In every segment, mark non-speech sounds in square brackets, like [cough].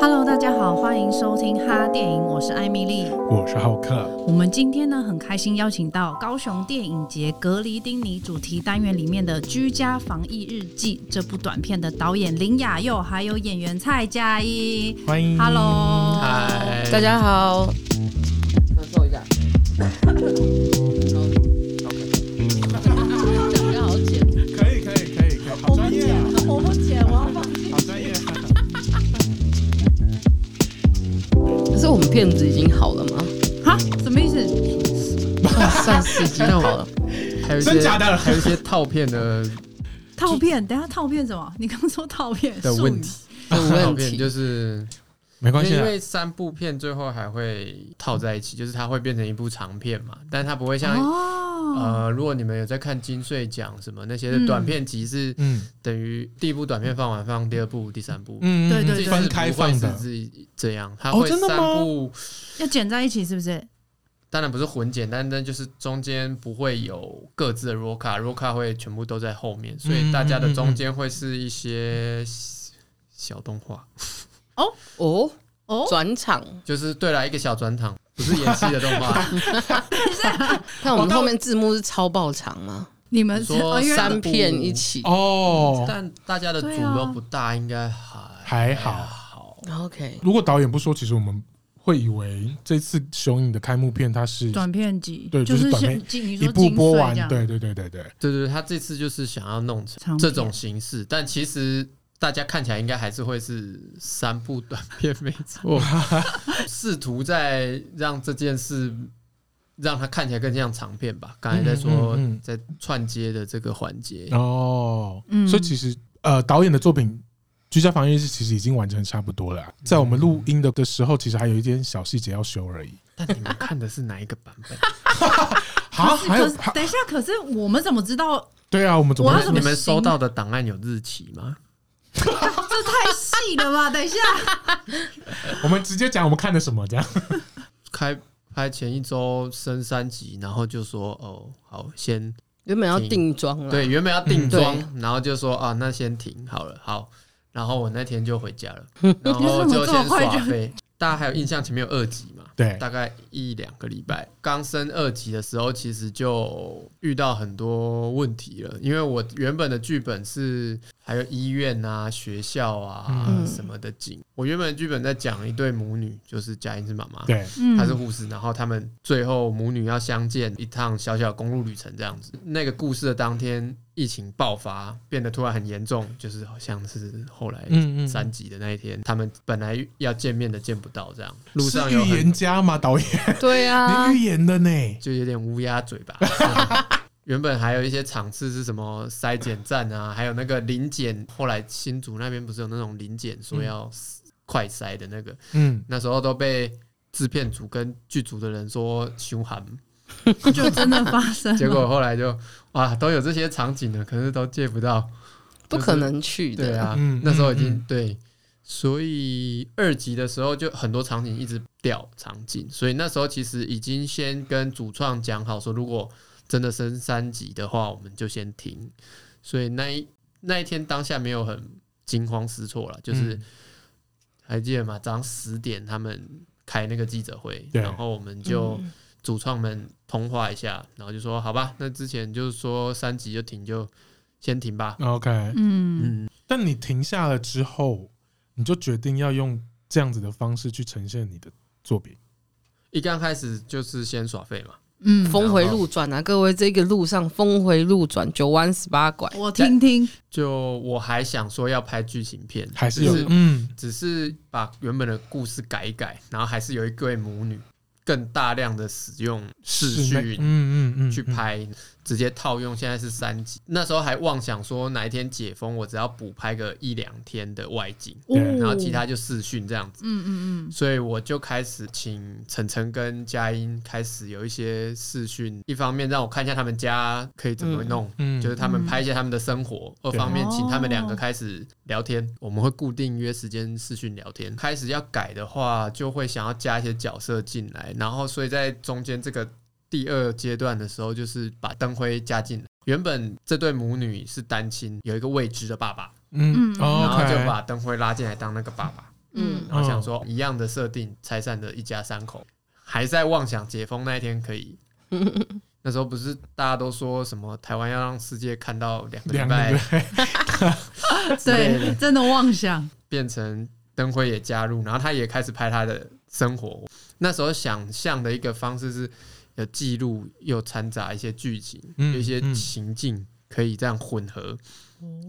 Hello，大家好，欢迎收听哈电影，我是艾米丽。我是浩克，我们今天呢，很开心邀请到高雄电影节隔离丁尼主题单元里面的《居家防疫日记》这部短片的导演林雅佑，还有演员蔡佳一。欢迎 Hello，嗯嗨，大家好，咳嗽一下。可以可以可以可以，好专业啊，我不剪，我要放。好专业。可是我们片子已经好了吗？哈，什么意思？哦算是已经好了，还有一些真假的还有一些套片 [laughs] 的套片？等一下套片什么？你刚说套片的术问语题。有 [laughs] 套问片题，就是没关系因啊，为三部片最后还会套在一起，就是它会变成一部长片嘛，但它不会哎像、哦，呃，如果你们有在看金穗奖什么那些嗯的短片集是嗯等于第一部短片放完放第二部、第三部，嗯，对对这对次分开放不的会是自己这样，它哦会真的吗三部，要剪在一起是不是？当然不是混剪，但但就是中间不会有各自的 roll card，roll card 会全部都在后面，所以大家的中间会是一些小动画，哦，哦，转场。就是对了，一个小转场，不是演戏的动画，看我们后面字幕是超爆长吗？你们你说哦因为三片一起。哦，但大家的组都不大，应该还还好。好。 OK，如果导演不说，其实我们会以为这次首映的开幕片它是短片集，对就是就是短片先进啊你一说部精播髓完这，样，对对对对对，对对，他这次就是想要弄长成片这种形式，但其实。大家看起来应该还是会是三部短片，没错，试图在让这件事让它看起来更像长片吧。刚才在说嗯嗯嗯在串接的这个环节，哦，嗯所以其实呃，导演的作品。居家防疫是其实已经完成得差不多了啊、在我们录音的的时候，其实还有一点小细节要修而已。但你们看的是哪一个版 [laughs] 本？好，是还有可是还等一下，可是我们怎么知 [laughs] 道？对啊，我们怎么我会要怎么你们收到的档案有日期吗？这太细了吧？等一下，我们直接讲我们看的什么这样？开拍前一周升三级，然后就说哦，好，先原本要定妆了。对，，原本要定嗯妆，对然后就说啊，那先停好了，好。然后我那天就回家 [laughs] 了，然你后为什么就这么先快耍就飞。大家还有印象前面有二级嘛？对，大概一两个礼拜，刚升二级的时候，其实就遇到很多问题了。因为我原本的剧本是还有医院啊、学校啊、嗯什么的景，我原本的剧本在讲一对母女，就是贾英是妈妈，对，嗯她是护士，然后他们最后母女要相见一趟小小的公路旅程这样子。那个故事的当天，疫情爆发，变得突然很严重，就是好像是后来嗯三级的那一天，他们本来要见面的见不到，这样路上是有预很言家吗？导演，对啊你，预言的呢？就有点乌鸦嘴吧。 [laughs] 原本还有一些场次是什么筛检站啊，还有那个临检，后来新竹那边不是有那种临检说要快筛的那个，嗯，那时候都被制片组跟剧组的人说凶寒， [laughs] 就真的发 [laughs] [laughs] 生了。结果后来就哇都有这些场景了，可是都借不到，不可能去对的。啊，嗯那时候已经、嗯嗯对，所以二级的时候就很多场景一直掉场景，所以那时候其实已经先跟主创讲好说，如果真的升三级的话，我们就先停。所以那一那一天当下没有很惊慌失措了，就是、嗯还记得吗？早上十点他们开那个记者会，对然后我们嗯就。主创们通话一下，然后就说好吧，那之前就是说三级就停，就先停吧。 OK。嗯，嗯，但你停下了之后，你就决定要用这样子的方式去呈现你的作品。一刚开始就是先耍废嘛，嗯峰回路转啊，各位，这个路上峰回路转，九弯十八拐。我听听，就我还想说要拍剧情片，还是只有嗯，只是把原本的故事改一改，然后还是有一对母女更大量的使用视是那讯嗯嗯嗯，去拍，直接套用现在是三级，那时候还妄想说哪一天解封，我只要补拍个一两天的外景，哦对然后其他就视讯这样子。嗯嗯嗯，所以我就开始请晨晨跟佳音开始有一些视讯，一方面让我看一下他们家可以怎么弄，嗯嗯就是他们拍一下他们的生活；二对方面哦请他们两个开始聊天，我们会固定约时间视讯聊天。开始要改的话，就会想要加一些角色进来，然后所以在中间这个第二阶段的时候，就是把灯辉加进来。原本这对母女是单亲，有一个未知的爸爸，嗯嗯哦然后就 OK 把灯辉拉进来当那个爸爸。嗯然后想说一样的设定，拆散的一家三口，还在妄想解封那一天可 [laughs] 以。那时候不是大家都说什么台湾要让世界看到两个礼两个拜人，之对，类的，真的妄想，变成灯辉也加入，然后他也开始拍他的生活。那时候想象的一个方式是有记录，又掺杂一些剧情，嗯有一些嗯情境可以这样混合，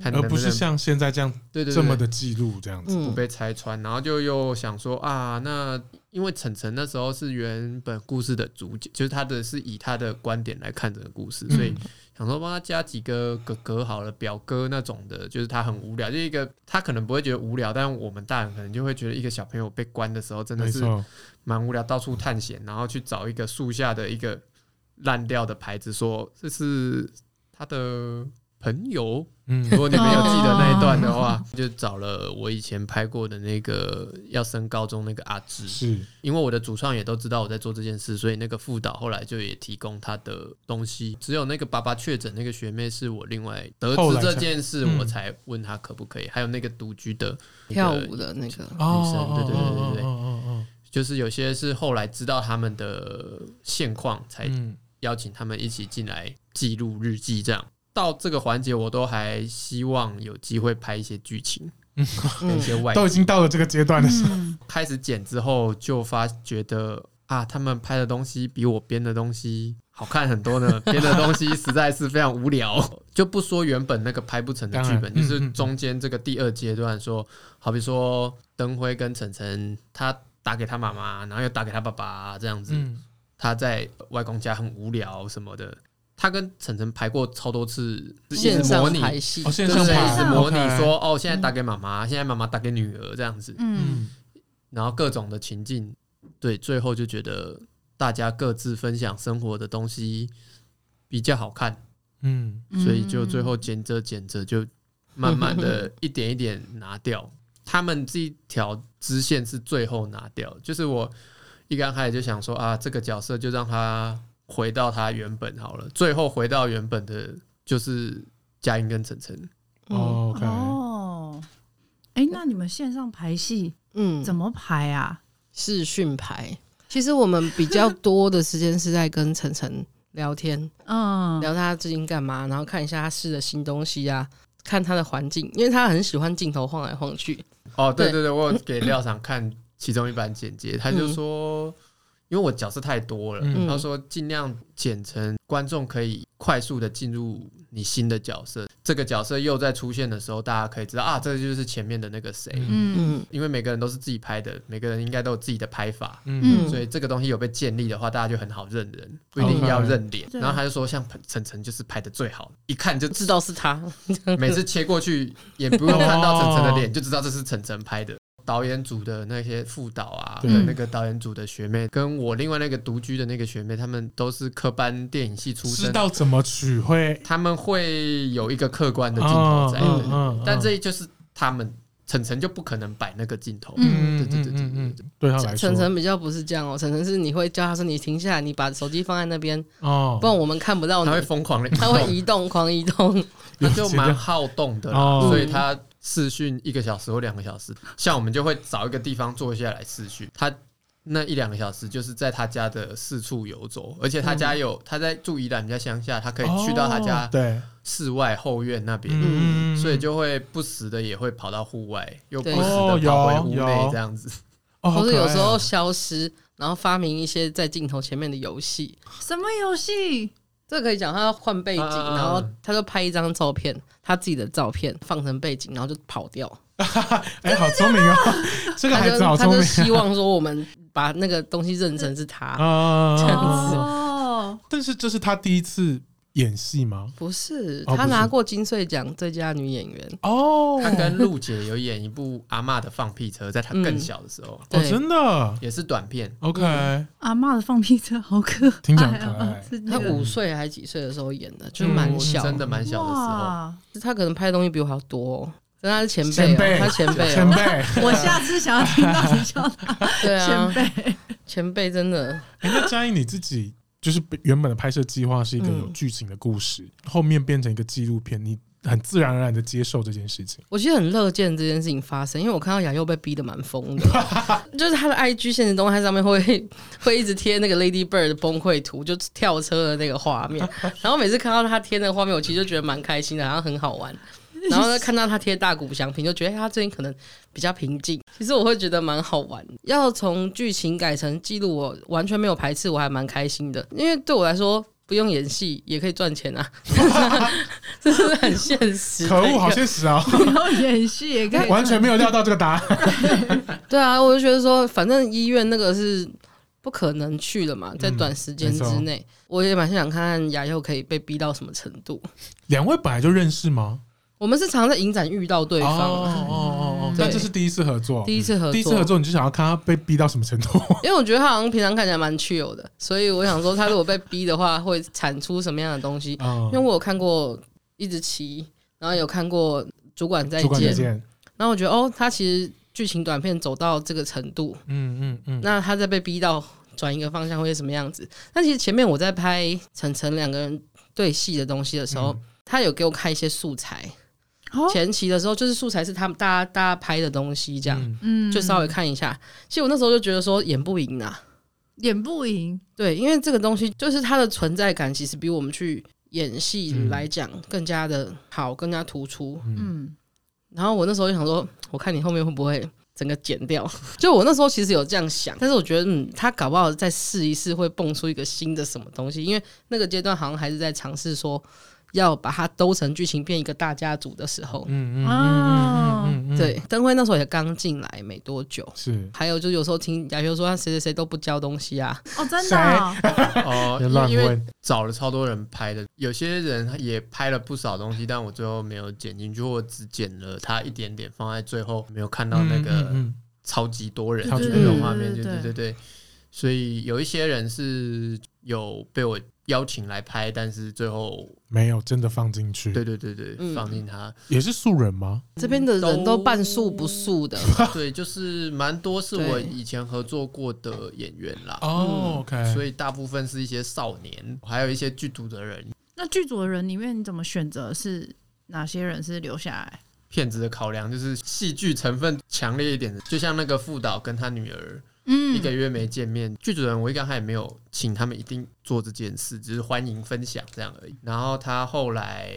看而能不能是像现在这样对对这么对的记录这样子。不嗯被拆穿，然后就又想说啊，那因为晨晨那时候是原本故事的主角，就是他的是以他的观点来看整个故事，嗯所以想说帮他加几个哥哥好了，表哥那种的，就是他很无聊，就一个他可能不会觉得无聊，但我们大人可能就会觉得一个小朋友被关的时候真的没是错，蛮无聊，到处探险，然后去找一个树下的一个烂掉的牌子说这是他的朋友嗯如果你没有记得那一段的哦话，就找了我以前拍过的那个要升高中那个阿芝，是因为我的主创也都知道我在做这件事，所以那个副导后来就也提供他的东西。只有那个爸爸确诊那个学妹是我另外得后知来才这件事，嗯我才问他可不可以。还有那个独居的那个跳舞的那个，哦，对对对对对对哦哦哦，就是有些是后来知道他们的现况才嗯邀请他们一起进来记录日记，这样到这个环节，我都还希望有机会拍一些剧情，嗯跟一些外都已经到了这个阶段的时候，嗯，开始剪之后，就发觉得啊，他们拍的东西比我编的东西好看很 [laughs] 多呢，编的东西实在是非常无聊。就不说原本那个拍不成的剧当然本，就嗯是中间这个第二阶段说，好比说灯辉跟晨晨，他打给他妈妈，然后又打给他爸爸，这样子，嗯，他在外公家很无聊什么的。他跟晨晨排过超多次线一直模上拟排戏哦，，线就是上嗯一直爬模拟 OK 说哦，现在打给妈妈，现在妈妈打给女儿这样 [laughs] 子，嗯嗯，然后各种的情境，对，最后就觉得大家各自分享生活的东西比较好看，嗯，嗯，所以就最后剪着剪着就慢慢的一点一点拿掉。他们这一条支线是最后拿掉，就是我一刚开始就想说啊，这个角色就让他回到他原本好了，最后回到原本的就是佳音跟晨晨。嗯哦，OK，哦，哎、那你们线上排戏嗯，怎么排啊？视讯排。其实我们比较多的时间是在跟晨晨聊天，嗯，聊他最近干嘛，然后看一下他试的新东西啊，看他的环境，因为他很喜欢镜头晃来晃去。哦，对对对对，我有给廖厂看其中一版简介，他就说，因为我角色太多了，嗯他说尽量剪成观众可以快速的进入你新的角色，这个角色又在出现的时候，大家可以知道啊，这就是前面的那个谁，嗯，嗯，因为每个人都是自己拍的，每个人应该都有自己的拍法。嗯嗯所以这个东西有被建立的话，大家就很好认人，不一定要认脸。对然后他就说，像晨晨就是拍的最好，一看就知道是他。 [laughs] 每次切过去也不用看到晨晨的脸，哦就知道这是晨晨拍的。导演组的那些副导啊，对跟那个导演组的学妹，跟我另外那个独居的那个学妹，他们都是科班电影系出知身，道怎么取会他们会有一个客观的镜头哦在，嗯对嗯，但这就是他们晨晨就不可能摆那个镜头。嗯对对对对嗯对，嗯对他来说，晨晨比较不是这样哦，晨晨是你会叫他说你停下来，你把手机放在那边，哦不，然我们看不到他会你。疯狂的，他会移动，狂移动。他就蛮好动的啦哦所以他试训一个小时或两个小时，像我们就会找一个地方坐下来试训。他那一两个小时就是在他家的四处游走，而且他家有、他在住宜兰比较乡下，他可以去到他嗯哦家对，室外后院那边，嗯所以就会不时的也会跑到户外，又不对时的跑回哦屋有内有这样子。哦好或是可有爱时候哦消失，然后发明一些在镜头前面的游戏。什么游戏？这个可以讲，他要换背景，啊然后他就拍一张照片，他自己的照片放成背景，然后就跑掉。哎，好聪明哦， [laughs] 这个他孩就子好他聪就明啊希望说我们把那个东西认成 [laughs] 是他，这样啊！子哦，但是这是他第一次演戏吗？不是哦他不是拿过金穗奖最佳女演员。哦，他跟陆姐有演一部阿嬷的放屁车，在他更小的时候、哦对，嗯真的也是短片， OK，阿啊嬷的放屁车好可爱哦，听起来很可 [laughs] 爱是那他个五岁还几岁的时候演的，就嗯蛮小，真的蛮小的时候。哇他可能拍的东西比我还要多、哦，但他是前前辈、辈哦，他前辈、前哦，[laughs] 辈，我下次想要听到你叫他对前啊，辈，前辈真的，哎，那嘉颖你自己就是原本的拍摄计划是一个有剧情的故事，后面变成一个纪录片，你很自然而然的接受这件事情。我其实很乐见这件事情发生，因为我看到雅佑被逼得蛮疯的， [laughs] 就是他的 IG 现实动态上面会会一直贴那个 Lady Bird 的崩溃图，就跳车的那个画面。 [laughs] 然后每次看到他贴那个画面，我其实就觉得蛮开心的，然后很好玩。然后呢，看到他贴大鼓相平，就觉得哎他最近可能比较平静。其实我会觉得蛮好玩的。要从剧情改成记录，我完全没有排斥，我还蛮开心的。因为对我来说，不用演戏也可以赚钱啊， [laughs] 这是很现实的可一个。恶，好现实啊！然后演戏也可以完全没有料到这个答案。对啊，我就觉得说，反正医院那个是不可能去了嘛，在短时间之内，我也蛮想看看雅佑可以被逼到什么程度。两位本来就认识吗？我们是常在影展遇到对哦方啊，哦哦哦，对但这是第一次合作，第一次合作，第一次合作你就想要看他被逼到什么程度？因为我觉得他好像平常看起来蛮 chill 的，所以我想说，他如果被逼的话，会产出什么样的东西？啊因为，我有看过《一直骑》，然后有看过《主管再主见管》再，见。然后我觉得哦，他其实剧情短片走到这个程度，嗯嗯嗯，那他在被逼到转一个方向会是什么样子？但其实前面我在拍晨晨两个人对戏的东西的时候，嗯他有给我看一些素材。哦前期的时候就是素材是他们大家大家拍的东西，这样、嗯嗯就稍微看一下。其实我那时候就觉得说演不赢啊，演不赢，对，因为这个东西就是它的存在感，其实比我们去演戏嗯来讲更加的好，更加突出。嗯，然后我那时候就想说，我看你后面会不会整个剪掉？ [laughs] 就我那时候其实有这样想，但是我觉得，嗯，他搞不好再试一试会蹦出一个新的什么东西，因为那个阶段好像还是在尝试说要把它兜成剧情变一个大家族的时候。嗯嗯嗯哦嗯嗯，嗯，对，灯辉那时候也刚进来没多久。是还有就是有时候听亚修说他谁谁谁都不教东西啊，哦，真的哦、哦，别因乱为因为问。找了超多人拍的，有些人也拍了不少东西，但我最后没有剪进去，我只剪了他一点点，放在最后没有看到嗯那嗯个嗯超级多人对的对那种画面，对就对对对对。所以有一些人是有被我邀请来拍，但是最后没有真的放进去，对对对对，嗯放进他，也是素人吗？这边的人都都半素不素的，对，就是蛮多是对我以前合作过的演员啦。哦，OK，所以以大部分是一些少年，还有一些剧组的人，那剧组的人里面，你怎么选择是哪些人是留下来？骗子的考量就是戏剧成分强烈一点的，就像那个副导跟他女儿嗯一个月没见面，剧组人我刚才也没有请他们一定做这件事，只是欢迎分享这样而已。然后他后来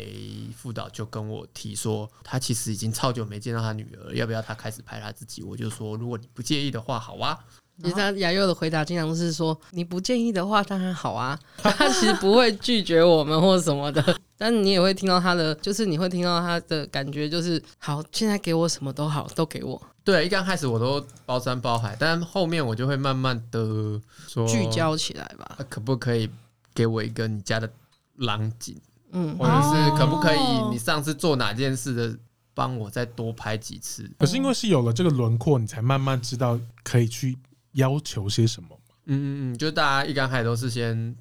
副导就跟我提说，他其实已经超久没见到他女儿，要不要他开始拍他自己？我就说，如果你不介意的话，好啊。其实他雅佑的回答经常都是说：“你不建议的话，当然好啊。” [laughs] 他其实不会拒绝我们或什么的，但你也会听到他的，就是你会听到他的感觉，就是好，现在给我什么都好，都给我对，一刚开始我都包山包海，但后面我就会慢慢的说聚、焦起来吧。啊可不可以给我一个你家的狼藉？嗯，或者是可不可哦以你上次做哪件事的，帮我再多拍几次？可是因为是有了这个轮廓，你才慢慢知道可以去要求些什么嗯嗯嗯，就大家一刚开始都是先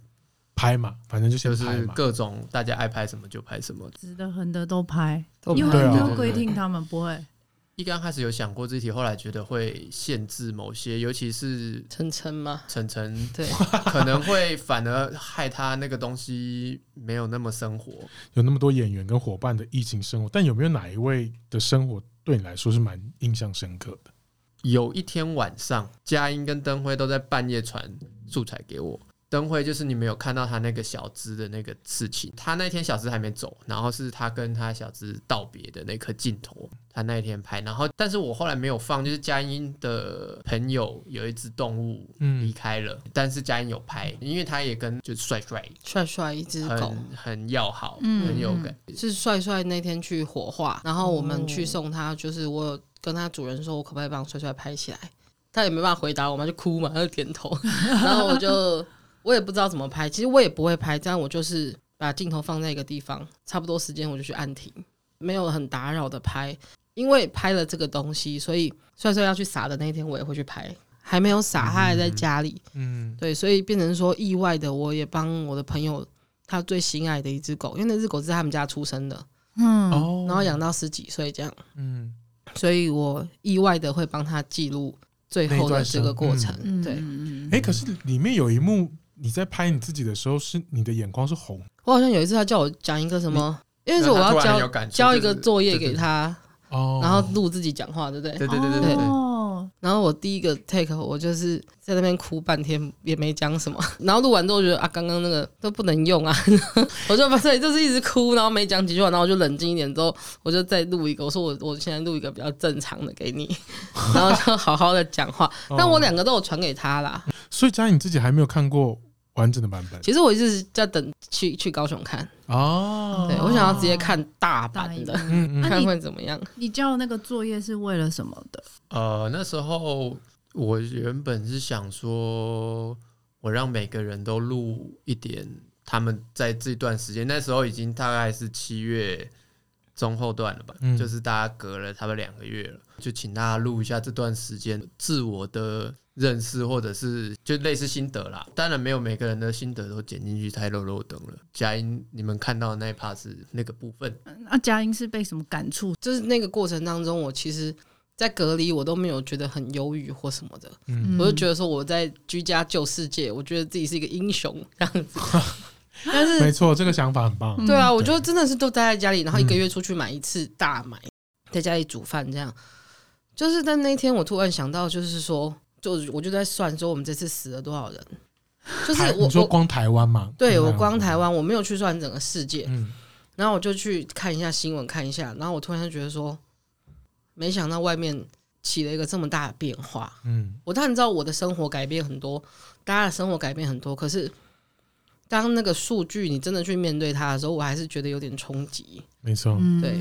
拍嘛，反正就就先拍是嘛。各种大家爱拍什么就拍什么。值得横的都拍，都因为对啊没对有对规对定他们不会。一刚开始有想过这题，后来觉得会限制某些，尤其是晨晨嘛，晨晨对，可能会反而害他那个东西没有那么生活。有那么多演员跟伙伴的疫情生活，但有没有哪一位的生活对你来说是蛮印象深刻的？有一天晚上，佳音跟灯辉都在半夜传素材给我。灯辉就是你们有看到他那个小资的那个事情，他那天小资还没走，然后是他跟他小资道别的那颗镜头，他那一天拍。然后，但是我后来没有放，就是佳音的朋友有一只动物离嗯，开了，但是佳音有拍，因为他也跟就是帅帅帅帅一只狗很很要好，嗯很有感。是帅帅那天去火化，然后我们去哦送他，就是我有跟他主人说，我可不可以帮帅帅拍起来？他也没办法回答我嘛，就哭嘛，他就点头。 [laughs] 然后我就我也不知道怎么拍，其实我也不会拍，但我就是把镜头放在一个地方，差不多时间我就去按停，没有很打扰的拍。因为拍了这个东西，所以帅帅要去撒的那一天，我也会去拍。还没有撒，他还在家里，嗯，对，所以变成说意外的，我也帮我的朋友他最心爱的一只狗，因为那只狗是他们家出生的，嗯，哦然后，养到十几岁这样，嗯，所以我意外的会帮他记录最后的这个过程。嗯对嗯嗯哎、可是里面有一幕你在拍你自己的时候，是你的眼眶是红，我好像有一次他叫我讲一个什么因为是我那他要突然很交有感触交一就个是作业对对给他，哦，然后录自己讲话，对不对？对对对对对对，哦，然后我第一个 take 我就是在那边哭半天，也没讲什么。 [laughs] 然后录完之后觉得啊，刚刚那个都不能用啊， [laughs] 我就把这里就是一直哭，然后没讲几句话，然后我就冷静一点之后，我就再录一个，我说我我现在录一个比较正常的给你， [laughs] 然后就好好的讲话。哦但我两个都有传给他啦。所以佳颖自己还没有看过完整的版本其实我一直在等去去高雄看，哦。对我想要直接看大大版一的，点。嗯嗯， [laughs] 看会怎么样。你交那个作业是为了什么的？呃，那时候我原本是想说，我让每个人都录一点他们在这段时间，那时候已经大概是七月中后段了吧，嗯就是大家隔了差不多两个月了，就请大家录一下这段时间自我的认识，或者是就类似心得啦。当然没有每个人的心得都剪进去，太漏漏等了。佳音，你们看到的那一 part 是那个部分，那佳音是被什么感触？就是那个过程当中，我其实，在隔离我都没有觉得很忧郁或什么的，嗯我就觉得说我在居家救世界，我觉得自己是一个英雄这样子。但没是，错，这个想法很棒。嗯对啊，对我就真的是都待在家里，然嗯后一个月出去买一次大买，在家里煮饭这样。就是但那天我突然想到，就是说，就我就在算说我们这次死了多少人，就是台 [laughs] 我你说我光台湾嘛？对嗯我光台，湾我没有去算整个世界，嗯，然后我就去看一下新闻，看一下，然后我突然就觉得说，没想到外面起了一个这么大的变化。嗯我当然知道我的生活改变很多，大家的生活改变很多，可是当那个数据你真的去面对它的时候，我还是觉得有点冲击。没错。嗯对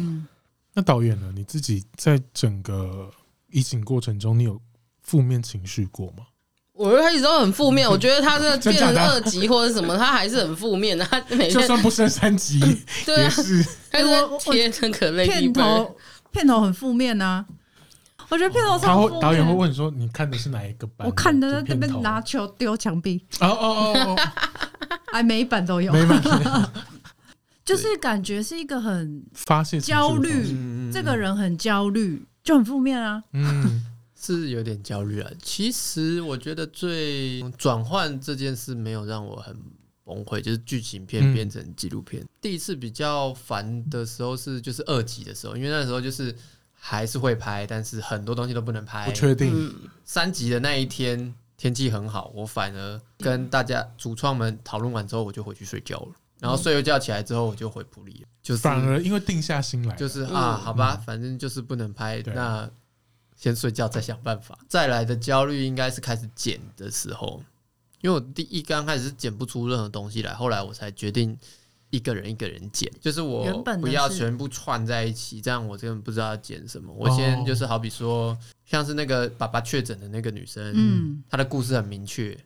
那导演呢？你自己在整个疫情过程中，你有负面情绪过吗？我一直都很负面，我觉得他 [laughs] 这真变假的成二级或者什么，他还是很负面的。 [laughs] 他每就天算不升三级，对也啊，是他哎就我在我贴那个 Lady 片 Bird，头片头很负面呐、 [laughs] 我觉得片头他超负会面导演会问说：“你看的是哪一个版？”我看的就那片头边拿球丢墙壁，哦哦哦哦哎，每一版都 [laughs] 哦，有， [laughs] 没办法，就是感觉是一个很发泄情绪的焦方虑式，嗯这个人很焦虑，就很负面啊。嗯，是有点焦虑啊。其实我觉得最转换这件事没有让我很崩溃，就是剧情嗯片变成纪录片。第一次比较烦的时候是就是二级的时候，因为那时候就是还是会拍，但是很多东西都不能拍不。确定，嗯，三级的那一天天气很好，我反而跟大家主创们讨论完之后，我就回去睡觉了。然后睡个觉起来之后，我就回普里了，就是嗯反而因为定下心来，就是嗯啊，好吧，反正就是不能拍，对那先睡觉再想办法。再来的焦虑应该是开始剪的时候，因为我第一刚开始是剪不出任何东西来，后来我才决定一个人一个人剪，就是我原本的不要是全部串在一起，这样我根本不知道要剪什么。我先哦就是好比说，像是那个爸爸确诊的那个女生，嗯，她的故事很明确。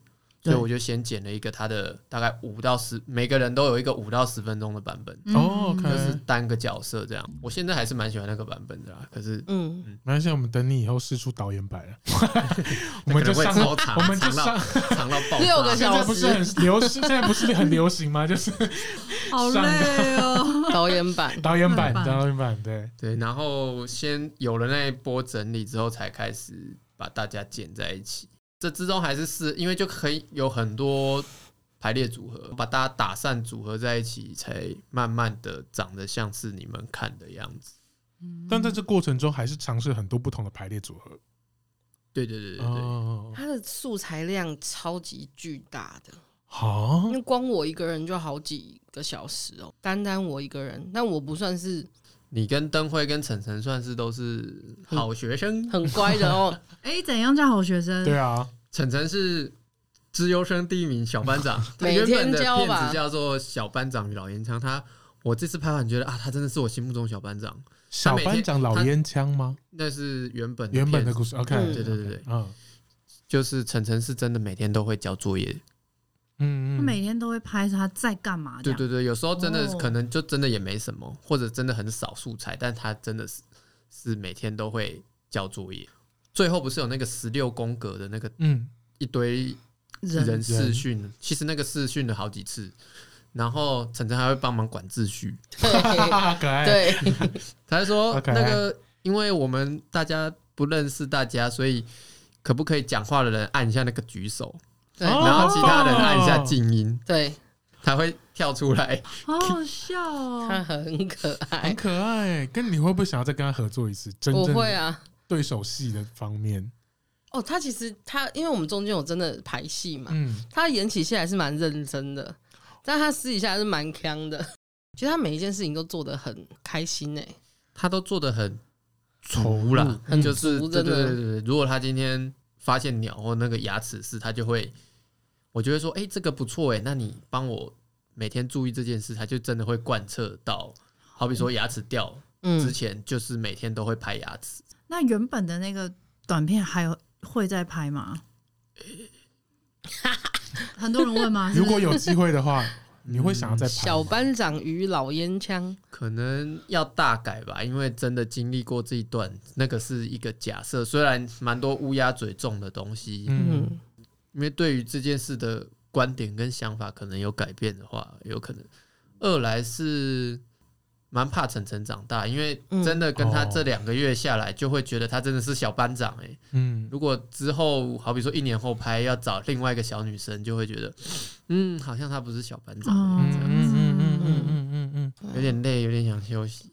对所以我就先剪了一个她的大概五到十，每个人都有一个五到十分钟的版本，哦嗯看就是单个角色这样。我现在还是蛮喜欢那个版本的啦，可是嗯，没关系，我们等你以后试出导演版 [laughs] 了，我那们就可能会上，超长，我们就长到上， [laughs] [laughs] 长到爆炸。六个现在不是很流，现在不是很流行吗？就是好累哦。 [laughs] 导演版导演版，很棒导演版，对，对，然后先有了那一波整理之后，才开始把大家剪在一起。这之中还是是因为就可以有很多排列组合，把大家打散组合在一起，才慢慢的长得像是你们看的样子。但在这过程中还是尝试很多不同的排列组合，对对对对对，哦，它的素材量超级巨大的。好因，为光我一个人就好几个小时哦，单单我一个人，但我不算是你跟灯辉跟晨晨算是都是好学生，很乖的 [laughs] 哦，哎，怎样叫好学生？对啊，晨晨是资优生第一名小班长，每原天本的教片吧子叫做《小班长与老烟枪》，他我这次拍完觉得啊，他真的是我心目中小班长，小班长老烟枪吗？那是原本原本的片子故事，OK，嗯对对对对，嗯就是晨晨是真的每天都会交作业，嗯他嗯，每天都会拍他在干嘛？啊这对样对对，有时候真的哦可能就真的也没什么，或者真的很少素材，但他真的是是每天都会交作业。最后不是有那个十六宫格的那个嗯，一堆人人视讯，其实那个视讯了好几次，然后晨晨还会帮忙管秩序。对哈哈， [laughs] 可爱，对，他就说 OK 那个，因为我们大家不认识大家，所以可不可以讲话的人按一下那个举手，对哦然后其他人按一下静音。对，它会跳出来。好好笑哦。他很可很爱。可爱。跟你会不会想要再跟他合作一次？真我正会啊，对手戏的方面，哦，他其实他因为我们中间有真的排戏嘛，嗯，他演起戏来是蛮认真的，但他私底下还是蛮强的。其实他每一件事情都做得很开心欸诶、他都做的很足啦，嗯很就足是对真对的对对对。如果他今天发现鸟或那个牙齿是，他就会，我就会说，哎、这个不错哎、那你帮我每天注意这件事，他就真的会贯彻到，好比说牙齿掉之嗯，前，就是每天都会拍牙齿。那原本的那个短片还有会再拍 [laughs] 吗？很多人问吗？嗯如果有机会的话，你会想要再拍吗嗯小班长与老 [laughs] 烟枪，可能要大改吧，因为真的经历过这一段，那个是一个假设，虽然蛮多乌鸦嘴中的东西，嗯，嗯，因为对于这件事的观点跟想法可能有改变的话，有可能。二来是蛮怕晨晨长大，因为真的跟他嗯这两个月下来，就会觉得他真的是小班长哎、欸嗯，如果之后好比说一年后拍要找另外一个小女生，就会觉得嗯，好像他不是小班长、哦欸嗯这样嗯嗯嗯嗯嗯嗯嗯，有点累，有点想休息。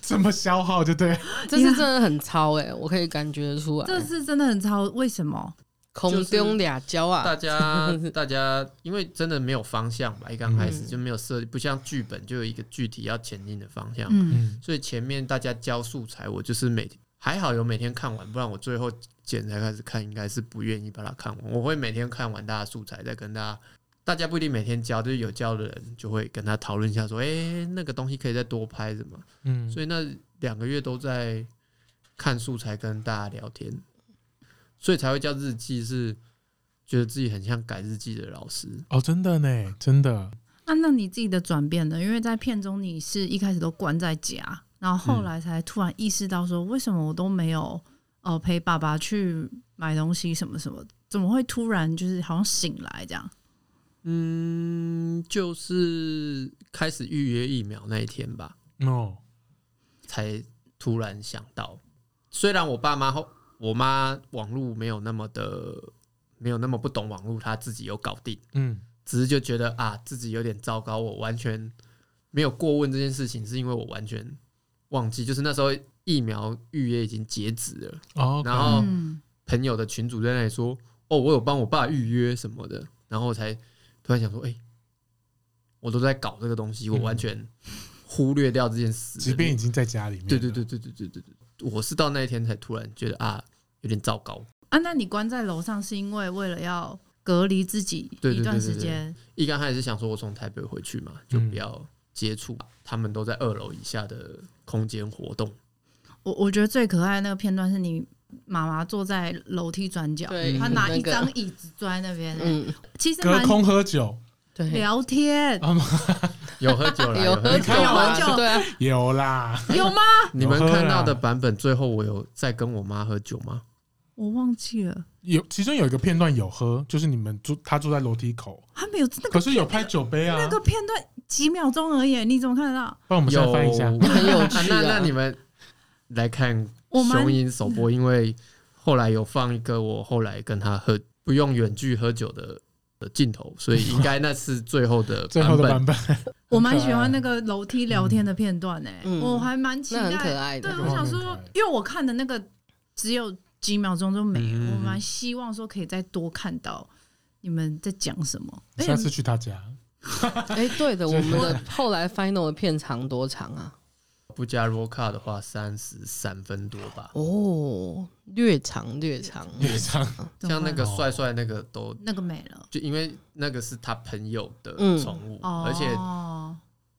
这么消耗就对，这是真的很超诶、我可以感觉得出来。这次真的很超，为什么？空中俩交啊大，家大家因为真的没有方向吧，一刚开始嗯就没有设计，不像剧本就有一个具体要前进的方向。嗯，嗯，所以前面大家教素材，我就是每还好有每天看完，不然我最后剪才开始看，应该是不愿意把它看完。我会每天看完大家素材，再跟大家，大家不一定每天教，就是有教的人就会跟他讨论一下，说，哎、那个东西可以再多拍什么。嗯， [laughs] 所以那两个月都在看素材，跟大家聊天，所以才会叫日记，是觉得自己很像改日记的老师。哦，真的呢，真的，啊那、那你自己的转变呢？因为在片中你是一开始都关在家，然后嗯后来才突然意识到说，为什么我都没有呃陪爸爸去买东西什么什么，怎么会突然就是好像醒来这样？嗯，就是开始预约疫苗那一天吧。哦，才突然想到，虽然我爸妈后，我妈网络没有那么的，没有那么不懂网络，她自己有搞定，嗯，只是就觉得啊，自己有点糟糕，我完全没有过问这件事情，是因为我完全忘记，就是那时候疫苗预约已经截止了，哦，然后嗯，朋友的群主在那里说，哦，我有帮我爸预约什么的，然后我才突然想说，哎、我都在搞这个东西，我完全忽略掉这件事嗯了，即便已经在家里面，对对对，对对对对对，我是到那一天才突然觉得啊，有点糟糕。啊，那你关在楼上是因为为了要隔离自己对对对一段对对时间？一刚开始想说，我从台北回去嘛，就嗯不要接触、他们都在二楼以下的空间活动。我我觉得最可爱的那个片段是你妈妈坐在楼梯转角，对她拿嗯那一个张椅子坐在那边、嗯，其实隔蛮空喝酒对，啊聊天，有喝酒 [laughs] 啦，有喝喝酒酒啦。啊啊，对啊，有啦，有吗？你们看到的版本，最后我有在跟我妈喝酒吗？我忘记了，有其中有一个片段有喝，就是你们住他住在楼梯口，还没有那个可是有拍酒杯啊那，个片段几秒钟而已，你怎么看得到？帮我们现有，在翻一下， [laughs] 很有趣啊 [laughs] 啊那那你们来看我蛮雄鹰首播，因为后来有放一个我后来跟他喝不用远距喝酒的的镜头，所以应该那是最后 [laughs] 的最后的版本，我蛮喜欢那个楼梯聊天的片段呢、欸嗯我还蛮期 [laughs] 那很可待。爱对，的。嗯我想说，因为我看的那个只有几秒钟就没了，嗯我蛮希望说可以再多看到你们在讲什么。哎而且下次去他家，哎，对 [laughs] 的，这我们的后来 final 的片长多长啊？不加 roll 卡的话，三十三分多吧。哦，略长略长，也唱怎么像那办个帅帅那个都，那个没了就因为那个是他朋友的嗯宠物，哦，而且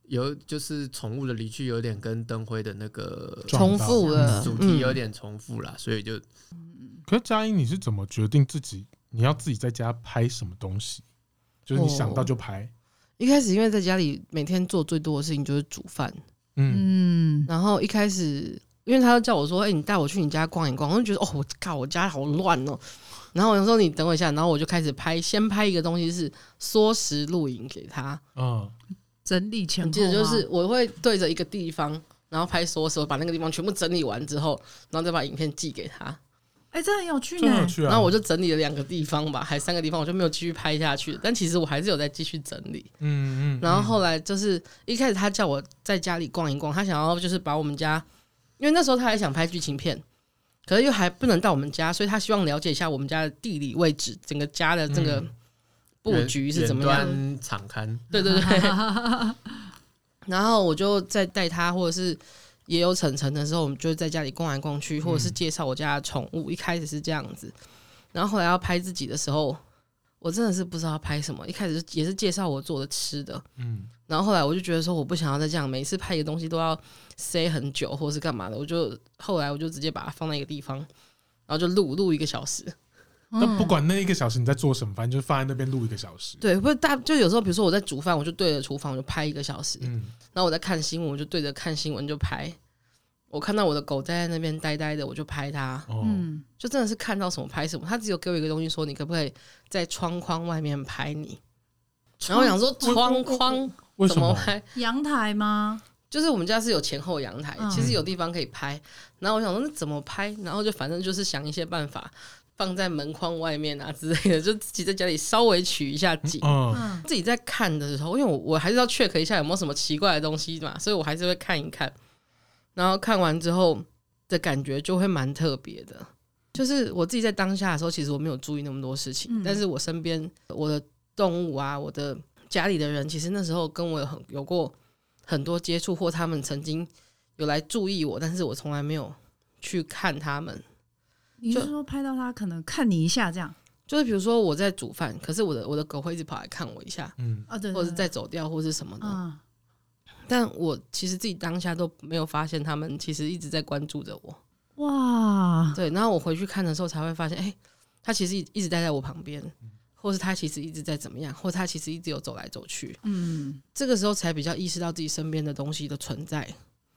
有就是宠物的离去有点跟灯辉的那个撞重复嗯了主题有。点重复啦，所以就可是佳音，你是怎么决定自己你要自己在家拍什么东西？就是你想到就拍，哦一开始因为在家里每天做最多的事情就是煮饭，嗯，嗯，然后一开始因为他就叫我说：“哎、你带我去你家逛一逛。”我就觉得哦，我靠，我家好乱哦。然后我就说：“你等我一下。”然后我就开始拍，先拍一个东西是缩时录影给他。嗯，整理前我后记得就吗是我会对着一个地方，然后拍缩时，我把那个地方全部整理完之后，然后再把影片寄给他。哎、这很有趣这呢 [laughs] 很。有趣啊。然后我就整理了两个地方吧，还三个地方，我就没有继续拍下去。但其实我还是有在继续整理。嗯嗯，嗯然后后来就是一开始他叫我在家里逛一逛，他想要就是把我们家，因为那时候他还想拍剧情片，可是又还不能到我们家，所以他希望了解一下我们家的地理位置，整个家的这个布局是怎么样。远端敞刊，对对对。然后我就再带他，或者是也有晨晨的时候，我们就在家里逛来逛去，或者是介绍我家的宠物。一开始是这样子，然后后来要拍自己的时候，我真的是不知道要拍什么。一开始也是介绍我做的吃的，嗯，然后后来我就觉得说我不想要再这样，每次拍一个东西都要塞很久或是干嘛的，我就后来我就直接把它放在一个地方，然后就录录一个小时。嗯但不管那一个小时你在做什么，反正就放在那边录一个小时。对，不是大就有时候比如说我在煮饭，我就对着厨房我就拍一个小时，嗯，然后我在看新闻，我就对着看新闻就拍。我看到我的狗待在那边呆呆的，我就拍它，哦，嗯，就真的是看到什么拍什么。它只有给我一个东西说，你可不可以在窗框外面拍你？然后我想说窗框为什怎么么？拍？阳台吗？就是我们家是有前后阳台，嗯其实有地方可以拍。然后我想说那怎么拍？然后就反正就是想一些办法，放在门框外面啊之类的，就自己在家里稍微取一下景。嗯，嗯，自己在看的时候，因为我我还是要 check 一下有没有什么奇怪的东西嘛，所以我还是会看一看。然后看完之后的感觉就会蛮特别的，就是我自己在当下的时候，其实我没有注意那么多事情，嗯但是我身边呃我的动物啊，我的家里的人，其实那时候跟我有很有过很多接触，或他们曾经有来注意我，但是我从来没有去看他们。你是就说拍到他可能看你一下这样就是比如说我在煮饭，可是我的我的狗会一直跑来看我一下，嗯，啊？对，或者是对在走掉，或是什么的。嗯但我其实自己当下都没有发现，他们其实一直在关注着我。哇，对，然后我回去看的时候才会发现，哎、他其实一直待在我旁边，或是他其实一直在怎么样，或他其实一直有走来走去。嗯，这个时候才比较意识到自己身边的东西的存在，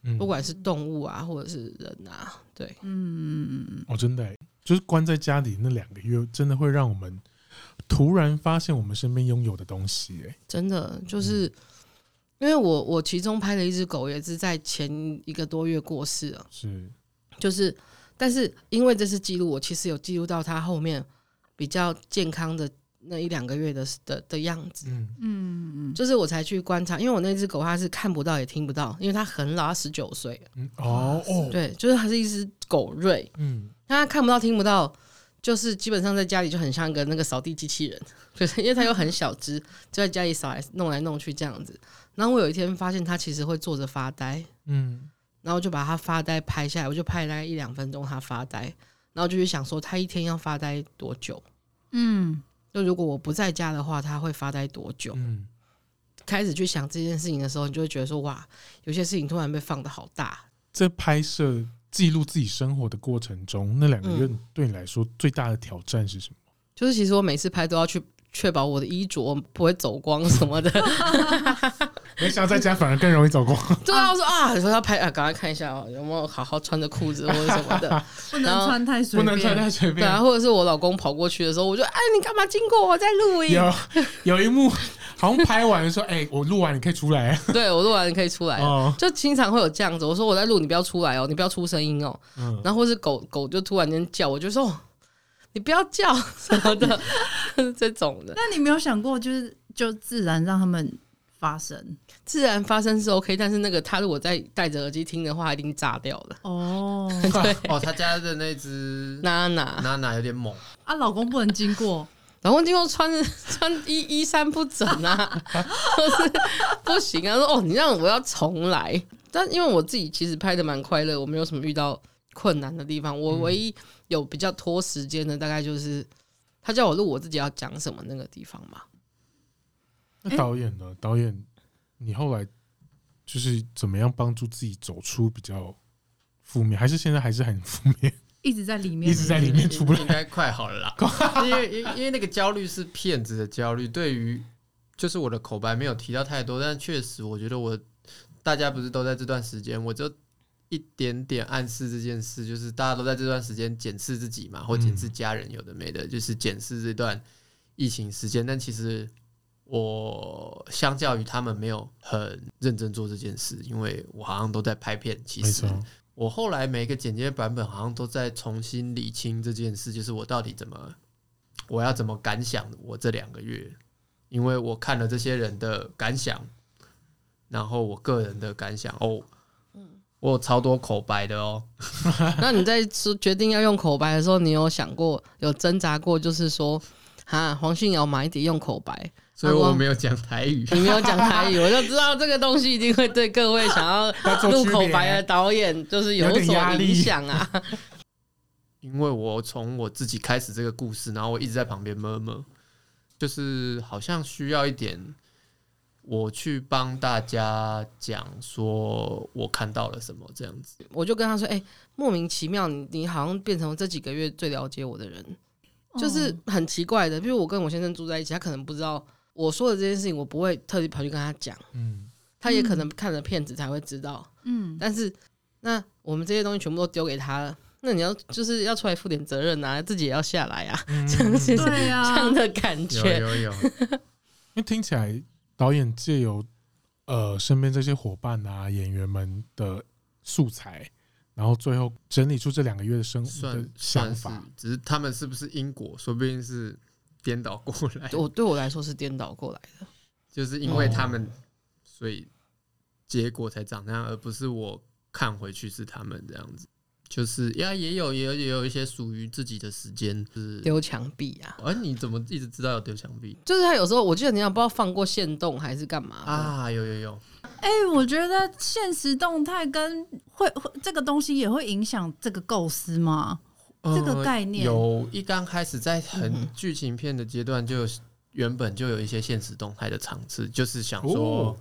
嗯不管是动物啊，或者是人啊，对，哦，真的欸、就是关在家里那两个月，真的会让我们突然发现我们身边拥有的东西、欸。真的就是。因为我我其中拍的一只狗也是在前一个多月过世了，是，就是，但是因为这次记录，我其实有记录到他后面比较健康的那一两个月的的的样子，嗯嗯，就是我才去观察，因为我那只狗它是看不到也听不到，因为它很老，它十九岁，嗯，哦哦，对，就是它是一只狗瑞，嗯，那它看不到听不到。就是基本上在家里就很像一个那个扫地机器人， [laughs] 就是因为它又很小只，就在家里扫来弄来弄去这样子。然后我有一天发现它其实会坐着发呆，嗯，然后就把他发呆拍下来，我就拍了大概一两分钟他发呆，然后就去想说他一天要发呆多久？嗯，就如果我不在家的话，他会发呆多久？嗯，开始去想这件事情的时候，你就会觉得说哇，有些事情突然被放的好大。在拍摄记录自己生活的过程中，那两个嗯月对你来说最大的挑战是什么？ [laughs] 就是其实我每次拍都要去确保我的衣着不会走光 [laughs] 什么的。没想到在家反而更容易走光。对啊，我说啊，我说要拍啊，赶快看一下哦，有没有好好穿着裤子或者什么的。 [laughs] 不能穿太随 [laughs] 不便，能穿太随对便。啊，或者是我老公跑过去的时候，我就哎，你干嘛经过我在录音？有有一幕好像拍完说，哎、我录完你可以出来。对我录完可以出来了。 [laughs] 哦，就经常会有这样子，我说我在录，你不要出来哦，你不要出声音哦。嗯，然后或是狗狗就突然间叫，我就说哦你不要叫什么的， [laughs] 这种的那你没有想过，就是就自然让他们发生自然发生是 OK，但是那个它如果再戴着耳机听的话，一定炸掉了。哦？哦，他家的那只娜娜，娜娜有点猛， [laughs] 啊，老公不能经过，老公今后穿 [laughs] 穿衣衣衫不整啊， [laughs] 就是不行啊。说哦，你让我要重来。但因为我自己其实拍的蛮快乐，我没有什么遇到困难的地方。我唯一有比较拖时间的，大概就是他叫我录我自己要讲什么那个地方嘛。 [laughs] 那导演呢？导演，你后来就是怎么样帮助自己走出比较负面，还是现在还是很负面，一直在里面， [laughs] 一直在里面出不应来？该快好了啦，因为因为因为那个焦虑是骗子的焦虑，对于就是我的口白没有提到太多，但确实我觉得我大家不是都在这段时间，我就一点点暗示这件事，就是大家都在这段时间检视自己嘛，或检视家人，有的没的，就是检视这段疫情时间，但其实。我相较于他们没有很认真做这件事，因为我好像都在拍片，其没实错，我后来每个剪接版本好像都在重新理清这件事，就是我到底怎么，我要怎么感想我这两个月，因为我看了这些人的感想，然后我个人的感想哦，我有超多口白的哦，那你在说决定要用口白的时候，你有想过有挣扎过，就是说，哈，黄信尧买底用口白，所以我没有讲台语。你没有讲台语，我 [laughs] 就知道这个东西一定会对各位想要做录区口别啊白的导演就是有有点所压力影响啊。 [laughs] 因为我从我自己开始这个故事，然后我一直在旁边摸摸，就是好像需要一点我去帮大家讲说我看到了什么这样子。 [laughs] 我就跟他说，哎、莫名其妙，你你好像变成这几个月最了解我的人，哦就是很奇怪的。比如我跟我先生住在一起，他可能不知道我说的这件事情，我不会特地跑去跟他讲，嗯，他也可能看了片子才会知道。嗯，但是那我们这些东西全部都丢给他了，那你要就是要出来负点责任啊，自己也要下来啊，嗯这 [laughs] 样其实嗯对啊呀、这样的感有觉。有 [laughs] 有，因为听起来导演借由呃身边这些伙伴啊演员们的素材，然后最后整理出这两个月的生活的算想算是法，，只是他们是不是因果，说不定是颠倒过来，我对我来说是颠倒过来的， [laughs] 就是因为他哦们，所以结果才长那样，而不是我看回去是他们这样子。就是呀，也有也有也有一些属于自己的时间，就是丢墙壁啊，而、你怎么一直知道有丢墙壁就是他有时候我记得你要不知道放过线洞还是干嘛的啊？有有有，哎、我觉得现实动态跟会会这个东西也会影响这个构思吗？这个呃概念嗯有一刚开始在很剧情片的阶段就，原本就有一些现实动态的场次，就是想说哦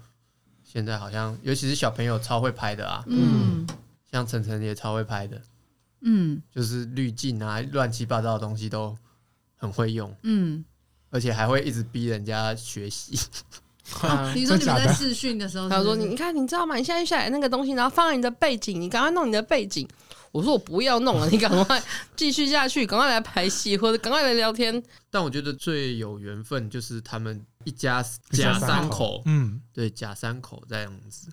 现在好像，尤其是小朋友超会拍的啊，嗯像晨晨也超会拍的，嗯就是滤镜啊，乱七八糟的东西都很会用，嗯。而且还会一直逼人家学习。 [laughs] 啊你说你真们假在的试训的时候是不他是，说：“你看，你知道吗？你现在下载那个东西，然后放在你的背景，你赶快弄你的背景。”我说：“我不要弄了，你赶快 [laughs] 继续下去，赶快来排戏，或者赶快来聊天。但我觉得最有缘分就是他们一家一家假三三口，嗯，对，假三口这样子。”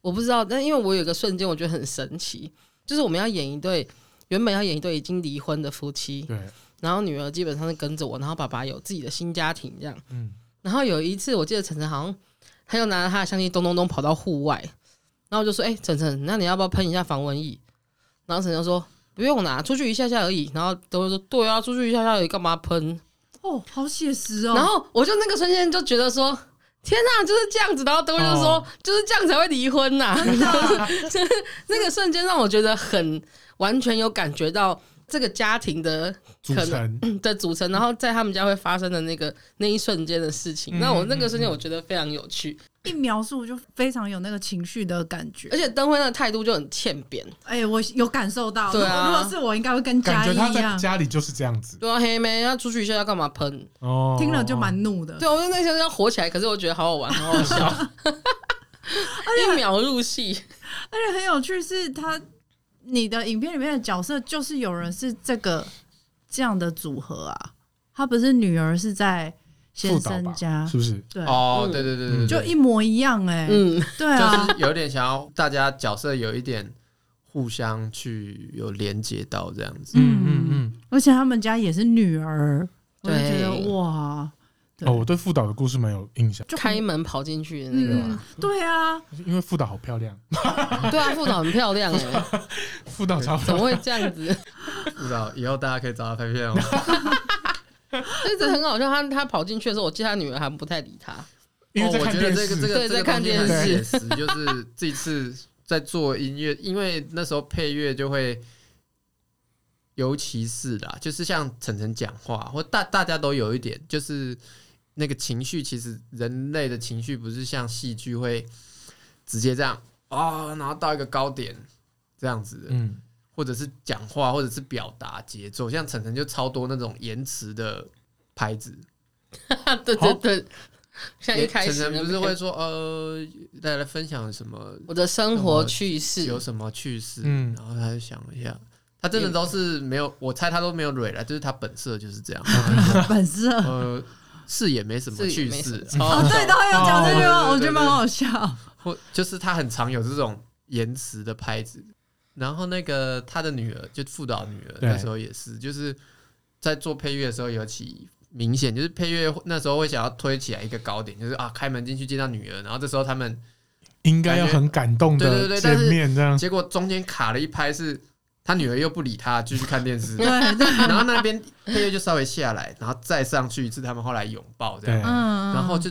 我不知道，但因为我有一个瞬间，我觉得很神奇，就是我们要演一对原本要演一对已经离婚的夫妻，对，然后女儿基本上是跟着我，然后爸爸有自己的新家庭这样。嗯，然后有一次，我记得晨晨好像他又拿着他的相机咚咚咚跑到户外，然后我就说：“哎、晨晨，那你要不要喷一下防蚊液？”然后晨晨说：“不用啦，出去一下下而已。”然后都会说：“对啊，出去一下下而已，干嘛喷哦，好写实？”哦。然后我就那个瞬间就觉得说。天呐、就是这样子，然后都会就说、哦就是这样才会离婚呐、就是就是那个瞬间让我觉得很完全有感觉到这个家庭的组可能成的组成，然后在他们家会发生的那个那一瞬间的事情。嗯那我那个瞬间我觉得非常有趣，一描述就非常有那个情绪的感觉，而且灯辉的态度就很欠扁，哎、我有感受到。对啊如果如果是我，应该会跟感嘉觉一他一在样，家里就是这样子对啊，黑妹要出去一下要干嘛喷？哦，听了就蛮怒的。对，我就那些要火起来，可是我觉得好好玩， [laughs] 好哦好笑，一秒入戏。而且很有趣是他，你的影片里面的角色就是有人是这个这样的组合啊，他不是女儿是在副先导吧生家，是不是？对，哦，嗯对对对对对，就一模一样哎、嗯，对啊，就是有点想要大家角色有一点互相去有连接到这样 [laughs] 子。嗯嗯嗯。而且他们家也是女儿，我就觉对得哇，嗯对哦，我对副导的故事蛮有印象，就很开门跑进去的那个嗯嘛，，对啊，因为副导好漂亮， [laughs] 对啊，副导很漂亮 [laughs] 哎，副导超怎么会这样 [laughs] 子？不知道以后大家可以找他拍片哦。就是很好笑，他他跑进去的时候，我记得他女儿还不太理他， [laughs] 因为在哦我看觉电得这个视，这个对在这个看东西很电写实， [laughs] 就是这次在做音乐，因为那时候配乐就会。尤其是啦，就是像晨晨讲话，或大大家都有一点，就是那个情绪，其实人类的情绪不是像戏剧会直接这样啊、然后到一个高点这样子的，嗯，或者是讲话，或者是表达节奏，像晨晨就超多那种延迟的拍子。 [laughs] 对对对，像一也开晨始晨那哎不是会边说呃，大家分享什么我的生活趣事，有什么趣事，嗯然后他就想了一下，他真的都是没有，我猜他都没有蕊了，就是他本色就是这 [laughs] 样。本色。呃，是也没什么自己趣没什么事，超 [laughs] 哦，对，导演有讲这句话，哦我对对对觉得蛮好笑。或就是他很常有这种延迟的拍子。然后那个他的女儿，就副导女儿对那时候也是，就是在做配乐的时候，尤其明显就是配乐那时候会想要推起来一个高点，就是啊，开门进去见到女儿，然后这时候他们应该要很感动对对的对见但是面这样。结果中间卡了一拍是。他女儿又不理他，继续看电 [laughs] 视，对对，然后那边配乐就稍微下来，然后再上去一次，他们后来拥抱这样，对嗯，然后就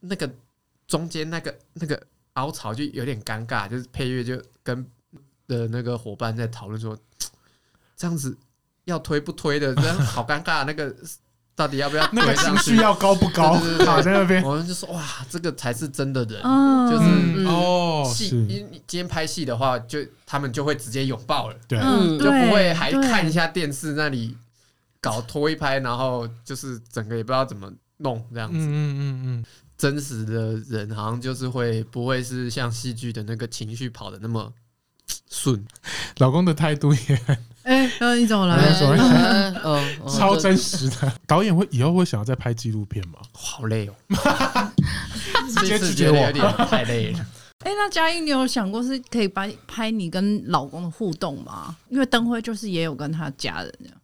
那个中间那个那个凹槽就有点尴尬，就是配乐就跟的那个伙伴在讨论说，这样子要推不推的，这样好尴尬，那个到底要不要 [laughs] 那个推情上绪去？要高不高对对对？对卡在那边，我们就说哇，这个才是真的人。嗯，就是嗯嗯哦，戏，是，因为今天拍戏的话，就他们就会直接拥抱了，对，嗯，就不会对还对看一下电视那里搞推拍，然后就是整个也不知道怎么弄这样嗯子。嗯嗯真实的人好像就是会不会是像戏剧的那个情绪跑的那么顺？嗯，老公的态度哦也哎，呃，你怎么没有了？所谓嗯 [laughs] 哦，哦超就真实的。导演会以后会想要再拍纪录片吗？好累哦， [laughs] 直接这次拒绝觉得有我。点 [laughs] 太累了。哎，那嘉义，你有想过是可以拍拍你跟老公的互动吗？因为灯辉就是也有跟他家人这样，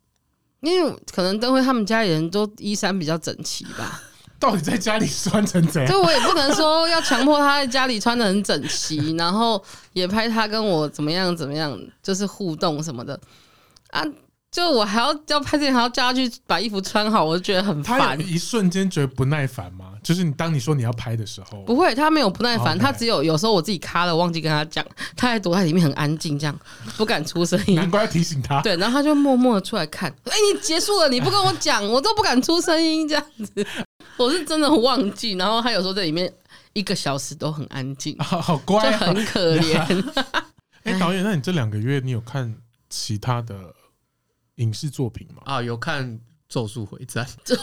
因为可能灯辉他们家里人都衣衫比较整齐吧， [laughs] 到底在家里酸成怎样？所以我也不能说要强迫他在家里穿的很整齐，然后也拍他跟我怎么样怎么样，就是互动什么的啊。就我还要要拍之前还要叫他去把衣服穿好，我就觉得很他烦有。一瞬间觉得不耐烦吗？就是你当你说你要拍的时候，不会，他没有不耐烦哦 OK 他只有有时候我自己卡了，忘记跟他讲，他还躲在里面很安静，这样不敢出声音。难怪要提醒他。 [laughs] 对，然后他就默默的出来看，哎、你结束了，你不跟我讲，我都不敢出声音这样子。我是真的忘记，然后他有时候在里面一个小时都很安静，啊 [laughs] 好就乖啊！很可怜。 [laughs] 哎，导演，那你这两个月你有看其他的影视作品吗？啊，有看《咒术回战咒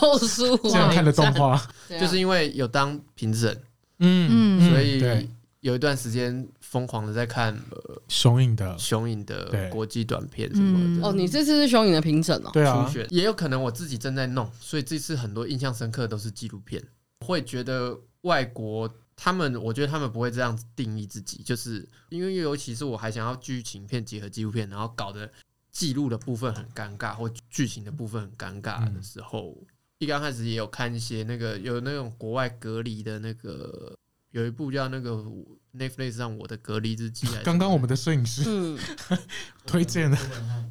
[laughs] 术回这样看的动战，画，对》，啊就是因为有当评审，嗯嗯所对以有一段时间疯狂的在看呃雄影的，雄影对的国际短片什么嗯的。哦，你这次是雄影的评审哦。对啊初，选也有可能我自己正在弄，所以这次很多印象深刻的都是纪录片。会觉得外国他们，我觉得他们不会这样子定义自己，就是因为尤其是我还想要剧情片结合纪录片，然后搞得记录的部分很尴尬，或剧情的部分很尴尬嗯的时候，一刚开始也有看一些那个有那种国外隔离的那个，有一部叫那个 Netflix 让我的隔离日记还是什么的，刚刚我们的摄影师嗯，推荐 [laughs] 的，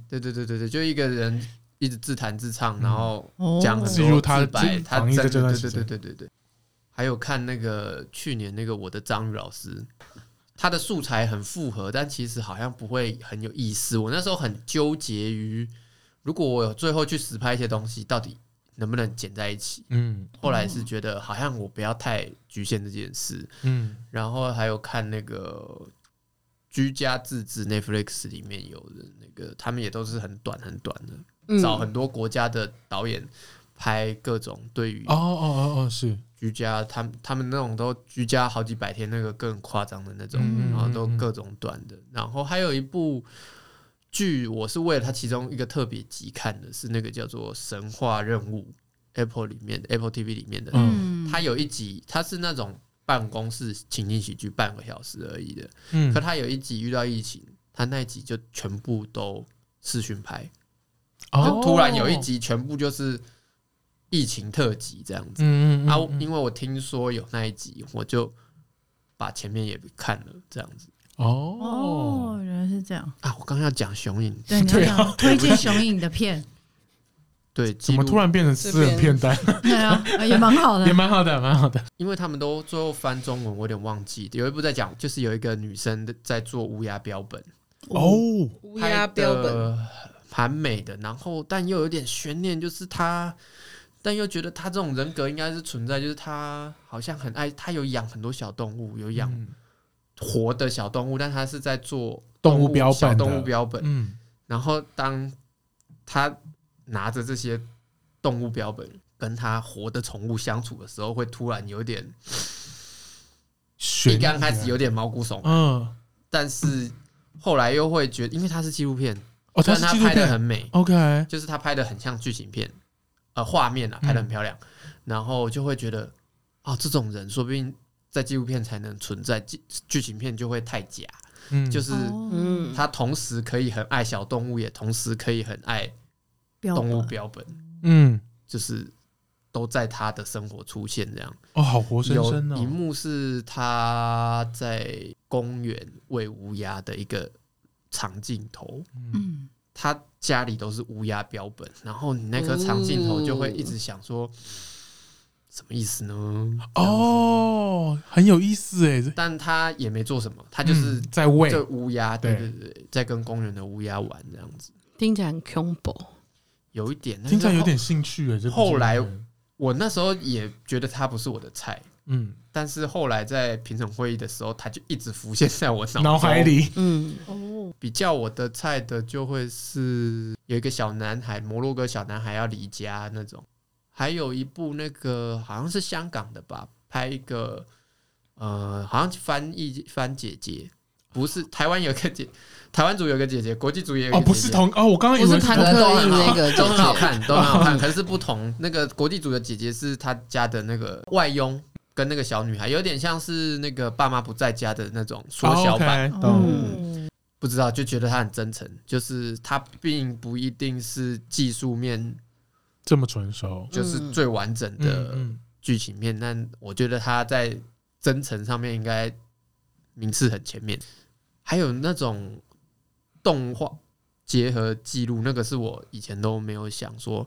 对对对对对，就一个人一直自弹自嗯唱，然后。哦，讲很进入多他自白，进他防疫的真这段的时对对对间对对对，还有看那个去年那个我的章鱼老师，他的素材很复合，但其实好像不会很有意思。我那时候很纠结于，如果我有最后去实拍一些东西，到底能不能剪在一起？嗯后来是觉得好像我不要太局限这件事，嗯，然后还有看那个。居家自制 Netflix 里面有的那个，他们也都是很短很短的，嗯找很多国家的导演拍各种对于哦哦哦哦，是，居家，他们他们那种都居家好几百天，那个更夸张的那种，嗯然后都嗯嗯各种短的。然后还有一部剧，我是为了它其中一个特别集看的，是那个叫做《神话任务》，Apple 里面的 Apple TV 里面的，嗯，它有一集，它是那种办公室情景喜剧，半个小时而已的。嗯可它有一集遇到疫情，它那一集就全部都视讯拍。哦就突然有一，集全部就是疫情特辑这样子。嗯嗯啊，嗯嗯因为我听说有那一集，我就把前面也看了这样子哦哦，，原来是这样。啊。我刚刚要讲雄影，对，你要讲推荐雄影的片，对，怎么记录突？然变成私人片单？对啊，呃也蛮好的 [laughs] 也。蛮好的，蛮好的。因为他们都最后翻中文，我有点忘记。有一部在讲，就是有一个女生的在做乌鸦标本，哦， [laughs] 乌鸦标本，蛮美的，然后但又有点悬念，就是她，但又觉得她这种人格应该是存在，就是她好像很爱，她有养很多小动物，有养嗯活的小动物，但它是在做动物标本啊小的动物标本。嗯，然后当他拿着这些动物标本跟他活的宠物相处的时候，会突然有点一悬啊刚开始有点毛骨悚然，嗯，但是后来又会觉得，因为它是纪录片，哦，虽它然是它纪录拍的片很美， ，OK，就是它拍的很像剧情片，呃，画面啊拍的很漂亮，然后就会觉得，哦，这种人说不定在纪录片才能存在，剧剧情片就会太假。嗯就是哦，嗯，他同时可以很爱小动物，也同时可以很爱标动物本标本，嗯，就是都在他的生活出现这样。哦，好活生有生哦，一幕是他在公园喂乌鸦的一个长镜头，嗯嗯，他家里都是乌鸦标本，然后你那颗长镜头就会一直想说，什么意思呢？哎哦，很有意思哎，这但他也没做什么，他就是嗯在喂，对乌鸦，对对对对，在跟公园的乌鸦玩这样子，听起来很恐怖。有一点，听起来有但点是兴趣哎，这不是后来人我，我那时候也觉得他不是我的菜。嗯，但是后来在评审会议的时候，他就一直浮现在我脑脑海中。里，嗯，哦，比较我的菜的就会是有一个小男孩，摩洛哥小男孩要离家那种，还有一部那个好像是香港的吧，拍一个呃，好像翻译翻姐姐，不是台湾有一个姐，台湾组有一个姐姐，国际组也有一个哦，姐姐不是同哦，我刚刚以不为是是潘同克印那个姐都很好姐，看，都很好看，可是不同。那个国际组的姐姐是她家的那个外佣，跟那个小女孩有点像是那个爸妈不在家的那种缩小版。哦，OK，懂哦不知道，就觉得他很真诚，就是他并不一定是技术面这么纯熟就是最完整嗯的嗯剧情面，但我觉得他在真诚上面应该名次很前面。还有那种动画结合记录，那个是我以前都没有想说，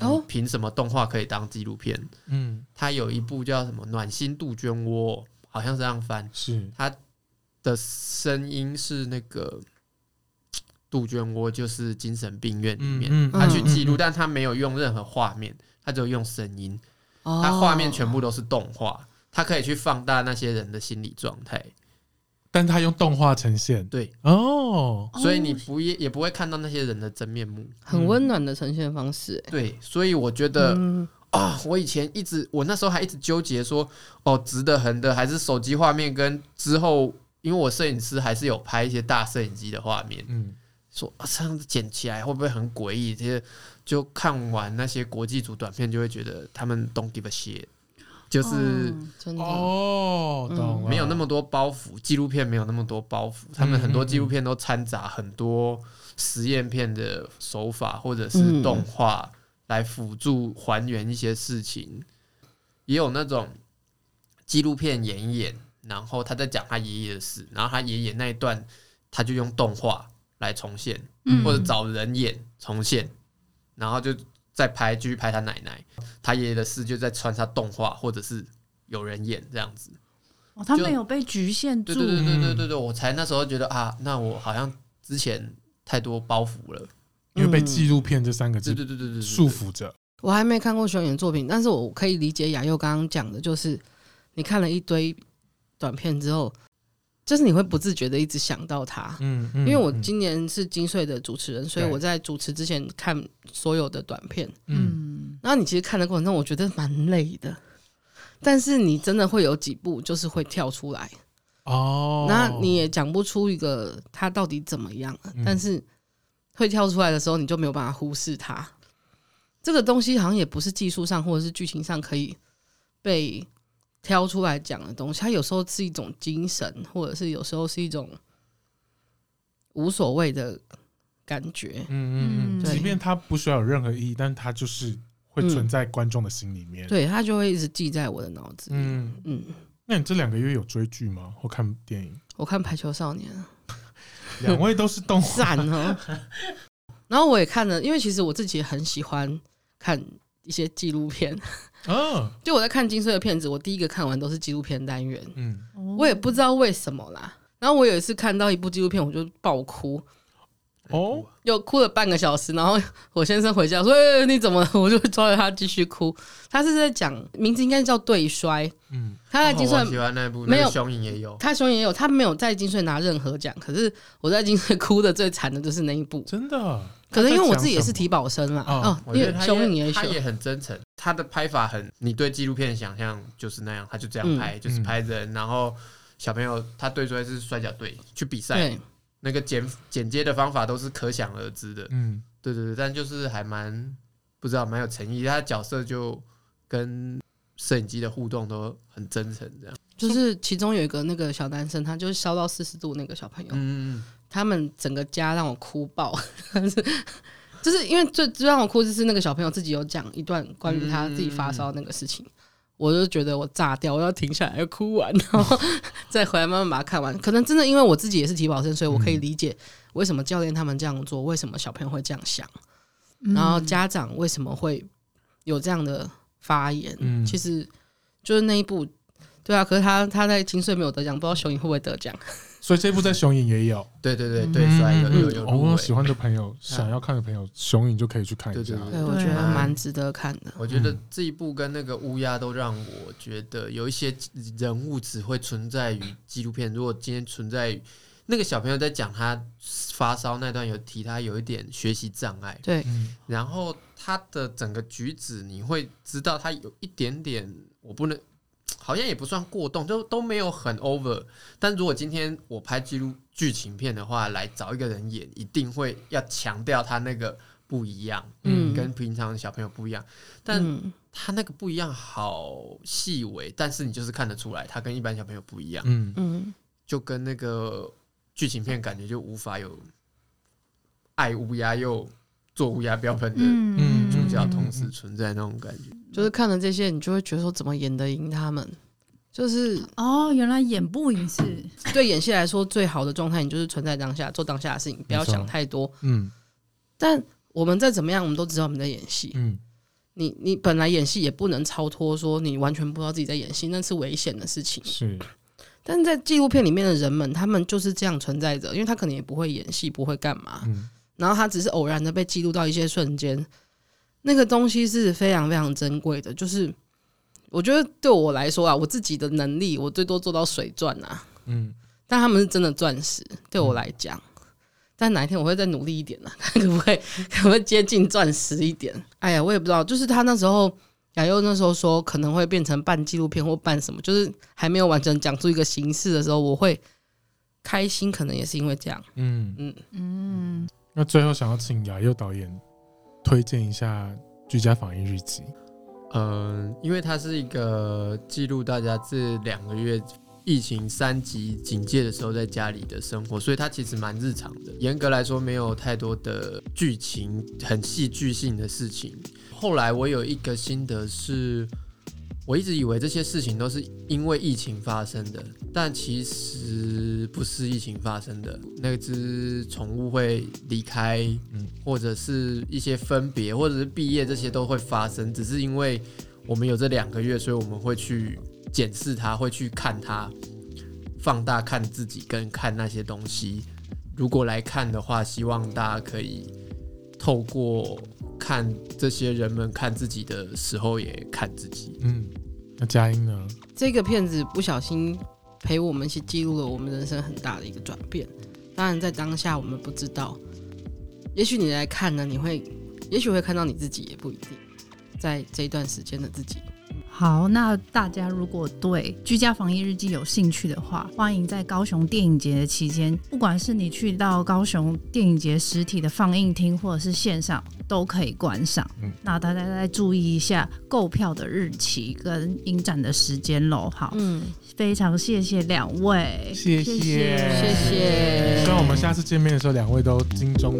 哦你凭什么动画可以当纪录片？嗯，它有一部叫什么《暖心杜鹃窝》，好像是这样翻，是他的声音是那个杜鹃窝，就是精神病院里面，嗯嗯他去嗯记录，嗯但他没有用任何画面，他只有用声音，哦他画面全部都是动画，他可以去放大那些人的心理状态，嗯但他用动画呈现，对，哦，所以你不也也不会看到那些人的真面目，哦很温暖的呈现方式。对，所以我觉呃得嗯，啊、我以前一直，我那时候还一直纠结说，哦，直的、横的，还是手机画面跟之后，因为我摄影师还是有拍一些大摄影机的画面。嗯，说啊，这样子剪起来会不会很诡异？这些就看完那些国际组短片，就会觉得他们 don't give a shit，就是嗯真的哦，懂了，嗯没有那么多包袱，纪录片没有那么多包袱，他们很多纪录片都掺杂很多实验片的手法或者是动画来辅助还原一些事情，也有那种纪录片演一演，然后他在讲他爷爷的事，然后他爷爷那一段他就用动画来重现。嗯或者找人演重现，然后就再拍继续拍他奶奶，他爷爷的事就再穿插动画或者是有人演这样子。哦，他就没有被局限住对，对对对对对对，我才那时候觉得啊，那我好像之前太多包袱了。因为被纪录片这三个字对对对对对对，束缚着，我还没看过熊演作品，但是我可以理解雅佑刚刚讲的，就是你看了一堆短片之后，就是你会不自觉的一直想到他。嗯，因为我今今年是金穗的主持人，所以对我在主持之前看所有的短片。嗯嗯，然后你其实看的过程中，我觉得蛮累的，但是你真的会有几部就是会跳出来，哦，那你也讲不出一个他到底怎么样了嗯但是会跳出来的时候，你就没有办法忽视它。这个东西好像也不是技术上或者是剧情上可以被挑出来讲的东西，它有时候是一种精神，或者是有时候是一种无所谓的感觉。嗯嗯嗯，嗯即对便它不需要有任何意义，但它就是会存在观众的心里面。，对，它就会一直记在我的脑子里。嗯，嗯，那你这两个月有追剧吗？或看电影？我看《排球少年》两位都是动画，赞 [laughs] 哦。然后我也看了，因为其实我自己也很喜欢看一些纪录片，嗯就我在看金穗的片子，我第一个看完都是纪录片单元，嗯，哦我也不知道为什么啦。然后我有一次看到一部纪录片，我就爆哭，哦，又哭了半个小时。然后我先生回家说：“欸、你怎么了？” [laughs] 我就抓着他继续哭。他是在讲名字应该叫对摔，嗯他在哦金穗我喜欢那一部，没那有个雄影也有。他兄也有，他没有在金穗拿任何奖，可是我在金穗哭的最惨的就是那一部。真的，可能因为我自他在讲己也是什么体保生啦，哦哦，我因觉为得他兄也也他有，也很真诚，他的拍法很，你对纪录片的想象就是那样，他就这样嗯拍，就是嗯拍人，然后小朋友他对出来是摔跤队去比赛，对，那个剪剪接的方法都是可想而知的。嗯对对对，但就是还蛮不知道蛮有诚意，他的角色就跟摄影机的互动都很真诚，这样。就是其中有一个那个小男生，他就是烧到四十度那个小朋友，嗯，他们整个家让我哭爆， [laughs] 就是因为最最让我哭就是那个小朋友自己有讲一段关于他自己发烧那个事情，我就觉得我炸掉，我要停下来要哭完，然后 [laughs] 再回来慢慢把它看完。可能真的因为我自己也是体保生，所以我可以理解为什么教练他们这样做，为什么小朋友会这样想，嗯然后家长为什么会有这样的发言。嗯其实就是那一部。对啊，可是他他在金穗没有得奖，不知道熊影会不会得奖。所以这部在雄影也有，对对对嗯对，帅有有嗯有哦入围我喜欢的朋友，想要看的朋友，雄影就可以去看一下对。对对，我觉得蛮值得看的。我觉得这一部跟那个乌鸦都让我觉得有一些人物只会存在于纪录片。如果今天存在于那个小朋友在讲他发烧那段，有提他有一点学习障碍，对，嗯，然后他的整个举止，你会知道他有一点点，我不能，好像也不算过动，就都没有很 over。但如果今天我拍记录剧情片的话，来找一个人演，一定会要强调他那个不一样，嗯跟平常的小朋友不一样。但嗯他那个不一样好细微，但是你就是看得出来，他跟一般小朋友不一样，嗯，嗯，就跟那个剧情片感觉就无法有爱乌鸦又做乌鸦标本的嗯主角同时存在那种感觉。就是看了这些，你就会觉得说怎么演得赢他们。就是哦，原来演不赢是对演戏来说，最好的状态，你就是存在当下，做当下的事情，不要想太多。嗯但我们再怎么样，我们都知道我们在演戏。嗯你你本来演戏也不能超脱，说你完全不知道自己在演戏，那是危险的事情。是，但是在纪录片里面的人们，他们就是这样存在着，因为他可能也不会演戏，不会干嘛，嗯然后他只是偶然的被记录到一些瞬间，那个东西是非常非常珍贵的。就是我觉得对我来说啊，我自己的能力，我最多做到水钻啊，嗯，但他们是真的钻石，对我来讲。但哪一天我会再努力一点呢、 [laughs] 看可不可以，可不可以接近钻石一点？哎呀，我也不知道。就是他那时候，亚优那时候说可能会变成半纪录片或半什么，就是还没有完整讲出一个形式的时候，我会开心，可能也是因为这样。嗯，嗯，那最后想要请雅佑导演推荐一下《居家防疫日记》。嗯，因为它是一个记录大家这两个月疫情三级警戒的时候在家里的生活，所以它其实蛮日常的。严格来说，没有太多的剧情很戏剧性的事情。后来我有一个心得是，我一直以为这些事情都是因为疫情发生的，但其实不是疫情发生的。那只宠物会离开，嗯或者是一些分别，或者是毕业，这些都会发生，只是因为我们有这两个月，所以我们会去检视它，会去看它，放大看自己跟看那些东西。如果来看的话，希望大家可以透过看这些人们看自己的时候，也看自己。嗯，那佳音呢？这个片子不小心陪我们一起记录了我们人生很大的一个转变。当然，在当下我们不知道，也许你来看呢，你会，也许会看到你自己，也不一定。在这一段时间的自己，好，那大家如果对居家防疫日记有兴趣的话，欢迎在高雄电影节的期间，不管是你去到高雄电影节实体的放映厅，或者是线上，都可以观赏。嗯那大家再注意一下购票的日期跟影展的时间喽。好，嗯，非常谢谢两位，谢谢谢谢希。望我们下次见面的时候，两位都金钟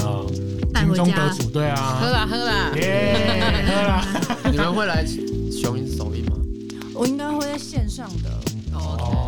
啊，带金回钟得家。主，对 [laughs] 喝啊，啦喝啦，耶，喝啦。你们会来雄鹰首映吗？我应该会在线上的，哦哎